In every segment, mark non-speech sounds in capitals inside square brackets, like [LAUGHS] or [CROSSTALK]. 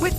With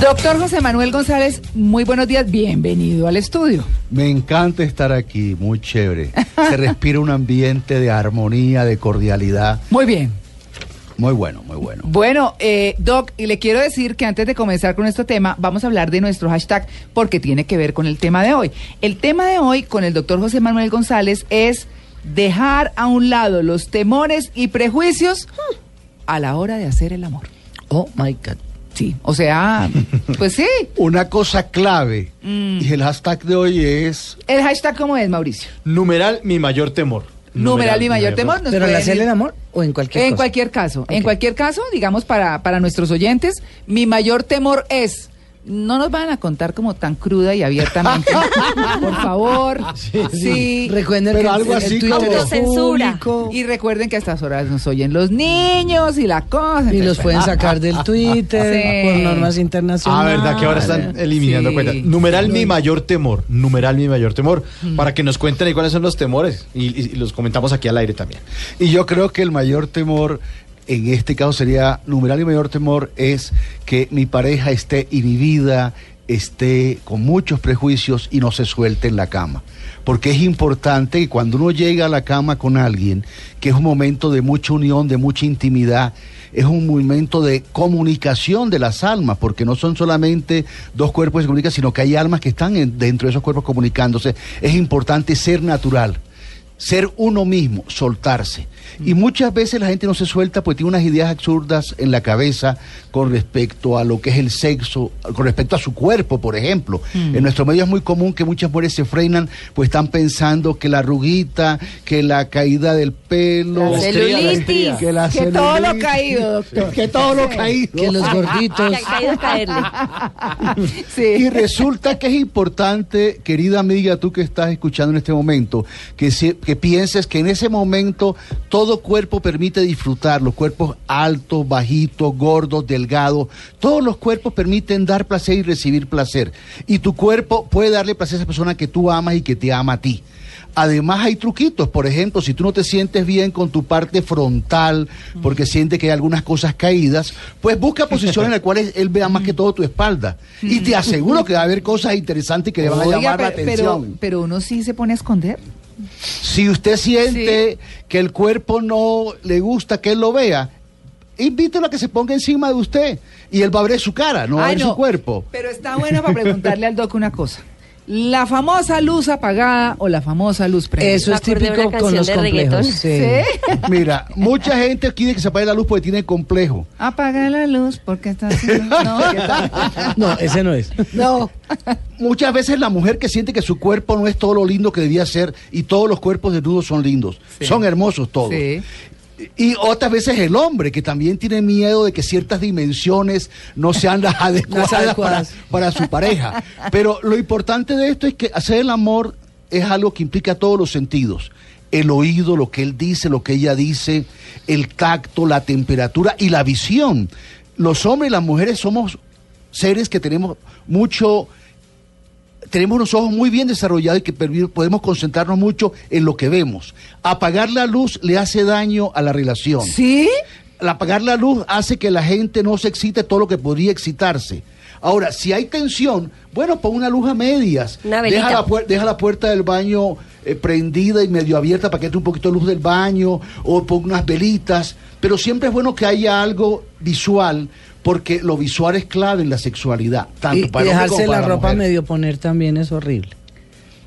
Doctor José Manuel González, muy buenos días, bienvenido al estudio. Me encanta estar aquí, muy chévere. Se respira un ambiente de armonía, de cordialidad. Muy bien. Muy bueno, muy bueno. Bueno, eh, Doc, y le quiero decir que antes de comenzar con nuestro tema, vamos a hablar de nuestro hashtag porque tiene que ver con el tema de hoy. El tema de hoy con el doctor José Manuel González es dejar a un lado los temores y prejuicios a la hora de hacer el amor. Oh my God. Sí, o sea, pues sí. Una cosa clave, y el hashtag de hoy es El hashtag cómo es, Mauricio. Numeral mi mayor temor. Numeral mi mayor temor. nos ¿Pero al pueden hacer ir- el amor o en cualquier en cosa? cualquier caso, en Ok. cualquier caso, digamos para, para nuestros oyentes, mi mayor temor es no nos van a contar como tan cruda y [LAUGHS] abiertamente. Por favor. Sí. Recuerden Pero que algo el- el así Twitter como- es Autocensura. público Y recuerden que a estas horas nos oyen los niños y la cosa. Ah, y entonces, los pueden bueno. sacar del Twitter Sí. por normas Ah, internacionales. verdad que ahora están eliminando ah, Sí. cuentas. Numeral mi mayor temor. Numeral mi mayor temor. Mm. Para que nos cuenten ahí cuáles son los temores. Y, y- y los comentamos aquí al aire también. Y yo creo que el mayor temor, en este caso sería, numeral y mayor temor es que mi pareja esté inhibida, esté con muchos prejuicios y no se suelte en la cama. Porque es importante que cuando uno llega a la cama con alguien, que es un momento de mucha unión, de mucha intimidad, es un momento de comunicación de las almas, porque no son solamente dos cuerpos que se comunican, sino que hay almas que están en- dentro de esos cuerpos comunicándose. Es importante ser natural ser uno mismo, soltarse. Y muchas veces la gente no se suelta porque tiene unas ideas absurdas en la cabeza con respecto a lo que es el sexo, con respecto a su cuerpo, por ejemplo. En nuestro medio es muy común que muchas mujeres se frenan, pues están pensando que la arruguita, que la caída del pelo, La celulitis, que, la que todo lo celulitis, caído, doctor. que todo lo caído. Que los gorditos. Y Sí. resulta que es importante, querida amiga, tú que estás escuchando en este momento, que, se- que pienses que en ese momento todo cuerpo permite disfrutar, los cuerpos altos, bajitos, gordos, delgados, todos los cuerpos permiten dar placer y recibir placer. Y tu cuerpo puede darle placer a esa persona que tú amas y que te ama a ti. Además hay truquitos, por ejemplo, si tú no te sientes bien con tu parte frontal, porque sientes que hay algunas cosas caídas, pues busca posiciones en [LAUGHS] las cuales él vea más que todo tu espalda. Y te aseguro que va a haber cosas interesantes que le van a Oiga, llamar la pe- pero, atención. pero uno sí se pone a esconder. Si usted siente que el cuerpo no le gusta que él lo vea, invítelo a que se ponga encima de usted y él va a ver su cara, no va a Ay, ver su cuerpo. Pero está bueno para preguntarle al doc una cosa. La famosa luz apagada o la famosa luz prendida. Eso Me es acordé de una típico con canción los de complejos. reggaetón. sí. Mira, mucha gente quiere que se apague la luz porque tiene complejo. Apaga la luz porque está haciendo... [LAUGHS] No, ¿qué tal? No, ese no es. No. Muchas veces la mujer que siente que su cuerpo no es todo lo lindo que debía ser y todos los cuerpos desnudos son lindos, son hermosos todos. Sí. Y otras veces el hombre que también tiene miedo de que ciertas dimensiones no sean las [LAUGHS] adecuadas, adecuadas. Para, para su pareja. Pero lo importante de esto es que hacer el amor es algo que implica todos los sentidos. El oído, lo que él dice, lo que ella dice, el tacto, la temperatura y la visión. Los hombres y las mujeres somos seres que tenemos mucho tenemos los ojos muy bien desarrollados y que pervi- podemos concentrarnos mucho en lo que vemos. Apagar la luz le hace daño a la relación. ¿Sí? Al apagar la luz hace que la gente no se excite todo lo que podría excitarse. Ahora, si hay tensión, bueno, pon una luz a medias. Una velita. deja, la puer- deja la puerta del baño eh, prendida y medio abierta para que entre un poquito de luz del baño o pon unas velitas. Pero siempre es bueno que haya algo visual porque lo visual es clave en la sexualidad. Tanto Y, y para el hombre como dejarse para la ropa mujer. medio poner también es horrible.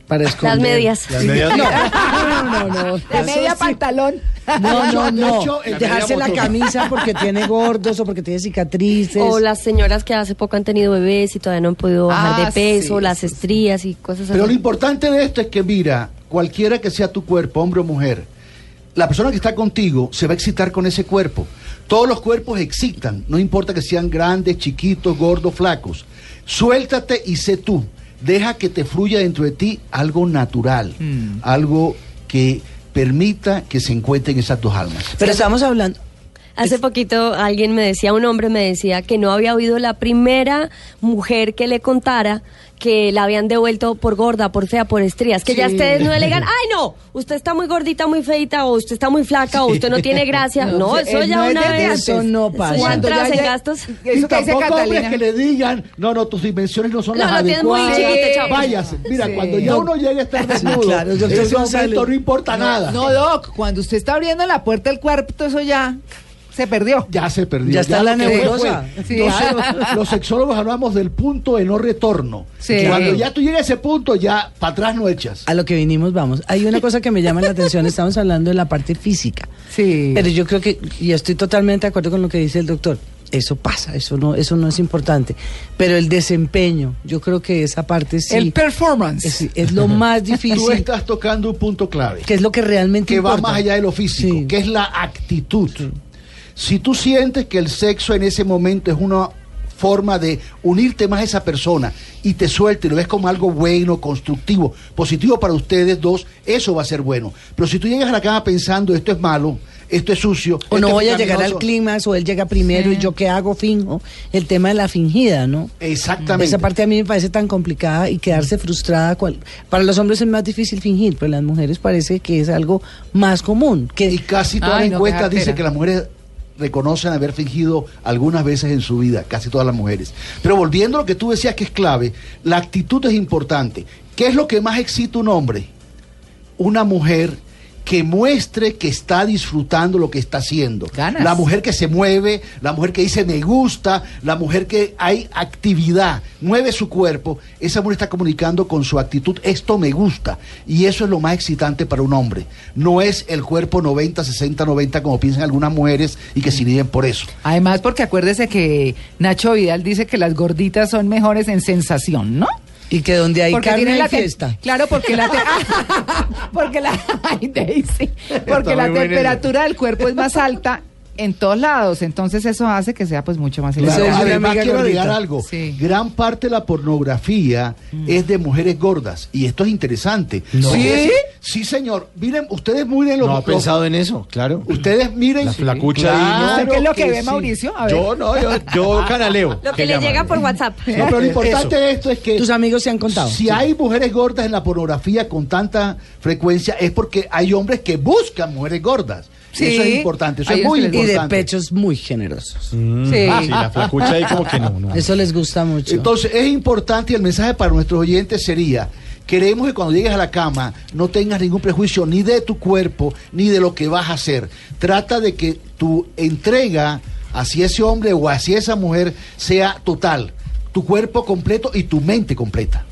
Para esconder. medias. Las medias- [LAUGHS] No, no, no. De media pantalón. No, no, De no. hecho, el Dejarse la media camisa porque tiene gordos o porque tiene cicatrices. O las señoras que hace poco han tenido bebés y todavía no han podido bajar Ah, de peso, sí, las eso sí. estrías y cosas Pero lo así. importante de esto es que, mira, cualquiera que sea tu cuerpo, hombre o mujer, la persona que está contigo se va a excitar con ese cuerpo. Todos los cuerpos excitan, no importa que sean grandes, chiquitos, gordos, flacos. Suéltate y sé tú. Deja que te fluya dentro de ti algo natural, algo que permita que se encuentren esas dos almas. Pero estamos hablando. Hace poquito alguien me decía, un hombre me decía que no había oído la primera mujer que le contara que la habían devuelto por gorda, por fea, por estrías. Que ya Sí. ustedes no le digan, ay no, usted está muy gordita, muy feita, o usted está muy flaca, o usted no tiene gracia. No, eso eh, ya no es una desde vez. antes. Eso no ya pasa. Cuando entras ya en lle- gastos. Eso y que dice tampoco hombres Catalina. que le digan, no, no, tus dimensiones no son No, las lo tienes muy adecuadas. chiquito, chao. Váyase. Mira, [LAUGHS] Sí. cuando ya uno llega a estar Sí, desnudo, claro, doctor ese González. momento no importa nada. No, Doc, cuando usted está abriendo la puerta del cuarto, eso ya se perdió. Ya se perdió. Ya está lo la que fue, nebulosa. fue. Sí. Entonces, los sexólogos hablamos del punto de no retorno. Sí. Cuando ya tú llegas a ese punto, ya para atrás no echas. A lo que vinimos, vamos. Hay una cosa que me llama la atención, estamos hablando de la parte física. Sí. Pero yo creo que, y estoy totalmente de acuerdo con lo que dice el doctor, eso pasa, eso no, eso no es importante. Pero el desempeño, yo creo que esa parte sí El performance. es, es lo [LAUGHS] más Tú difícil, estás tocando un punto clave. que es lo que realmente que importa. va más allá de lo físico, Sí. que es la actitud. Si tú sientes que el sexo en ese momento es una forma de unirte más a esa persona y te suelte, lo ves como algo bueno, constructivo, positivo para ustedes dos, eso va a ser bueno. Pero si tú llegas a la cama pensando esto es malo, esto es sucio, O esto no es voy a llegar al pecaminoso", clima, o él llega primero y yo qué hago, finjo. El tema de la fingida, ¿no? Exactamente. Esa parte a mí me parece tan complicada y quedarse frustrada. cual- para los hombres es más difícil fingir, pero las mujeres parece que es algo más común. Que, Y casi todas Ay, no, las qué encuestas dicen jartera. que las mujeres reconocen haber fingido algunas veces en su vida, casi todas las mujeres. Pero volviendo a lo que tú decías que es clave, la actitud es importante. ¿Qué es lo que más excita un hombre? Una mujer que muestre que está disfrutando lo que está haciendo. Ganas. La mujer que se mueve, la mujer que dice me gusta, la mujer que hay actividad, mueve su cuerpo, esa mujer está comunicando con su actitud, esto me gusta. Y eso es lo más excitante para un hombre. No es el cuerpo 90, 60, 90 como piensan algunas mujeres y que se inhiben por eso. Además, porque acuérdese que Nacho Vidal dice que las gorditas son mejores en sensación, ¿no? y que donde hay Porque carne tienen hay la te- fiesta. Claro, porque la te- [LAUGHS] porque la ay, Daisy. porque muy la buena temperatura del cuerpo es más alta en todos lados, entonces eso hace que sea pues mucho más Claro. elevado. es una Además amiga quiero gordita. agregar algo. Sí. Gran parte de la pornografía es de mujeres gordas y esto es interesante. No. Ustedes- Sí, señor. Miren, ustedes miren los No ha los- pensado en eso, claro. Ustedes miren La flacucha ahí, ¿no? ¿Usted ¿Qué es lo que, que ve sí. Mauricio? A ver. Yo no, yo, yo canaleo. Lo que le llega por WhatsApp. No, pero lo importante de esto es que Tus amigos se han contado. si hay mujeres gordas en la pornografía con tanta frecuencia es porque hay hombres que buscan mujeres gordas. Sí. Eso es importante, eso Hay es unos muy que les y importante. de pechos muy generosos. Sí. Sí, la flacucha ahí como que no, no. Eso les gusta mucho. Entonces es importante y el mensaje para nuestros oyentes sería, queremos que cuando llegues a la cama no tengas ningún prejuicio ni de tu cuerpo ni de lo que vas a hacer. Trata de que tu entrega hacia ese hombre o hacia esa mujer sea total, tu cuerpo completo y tu mente completa.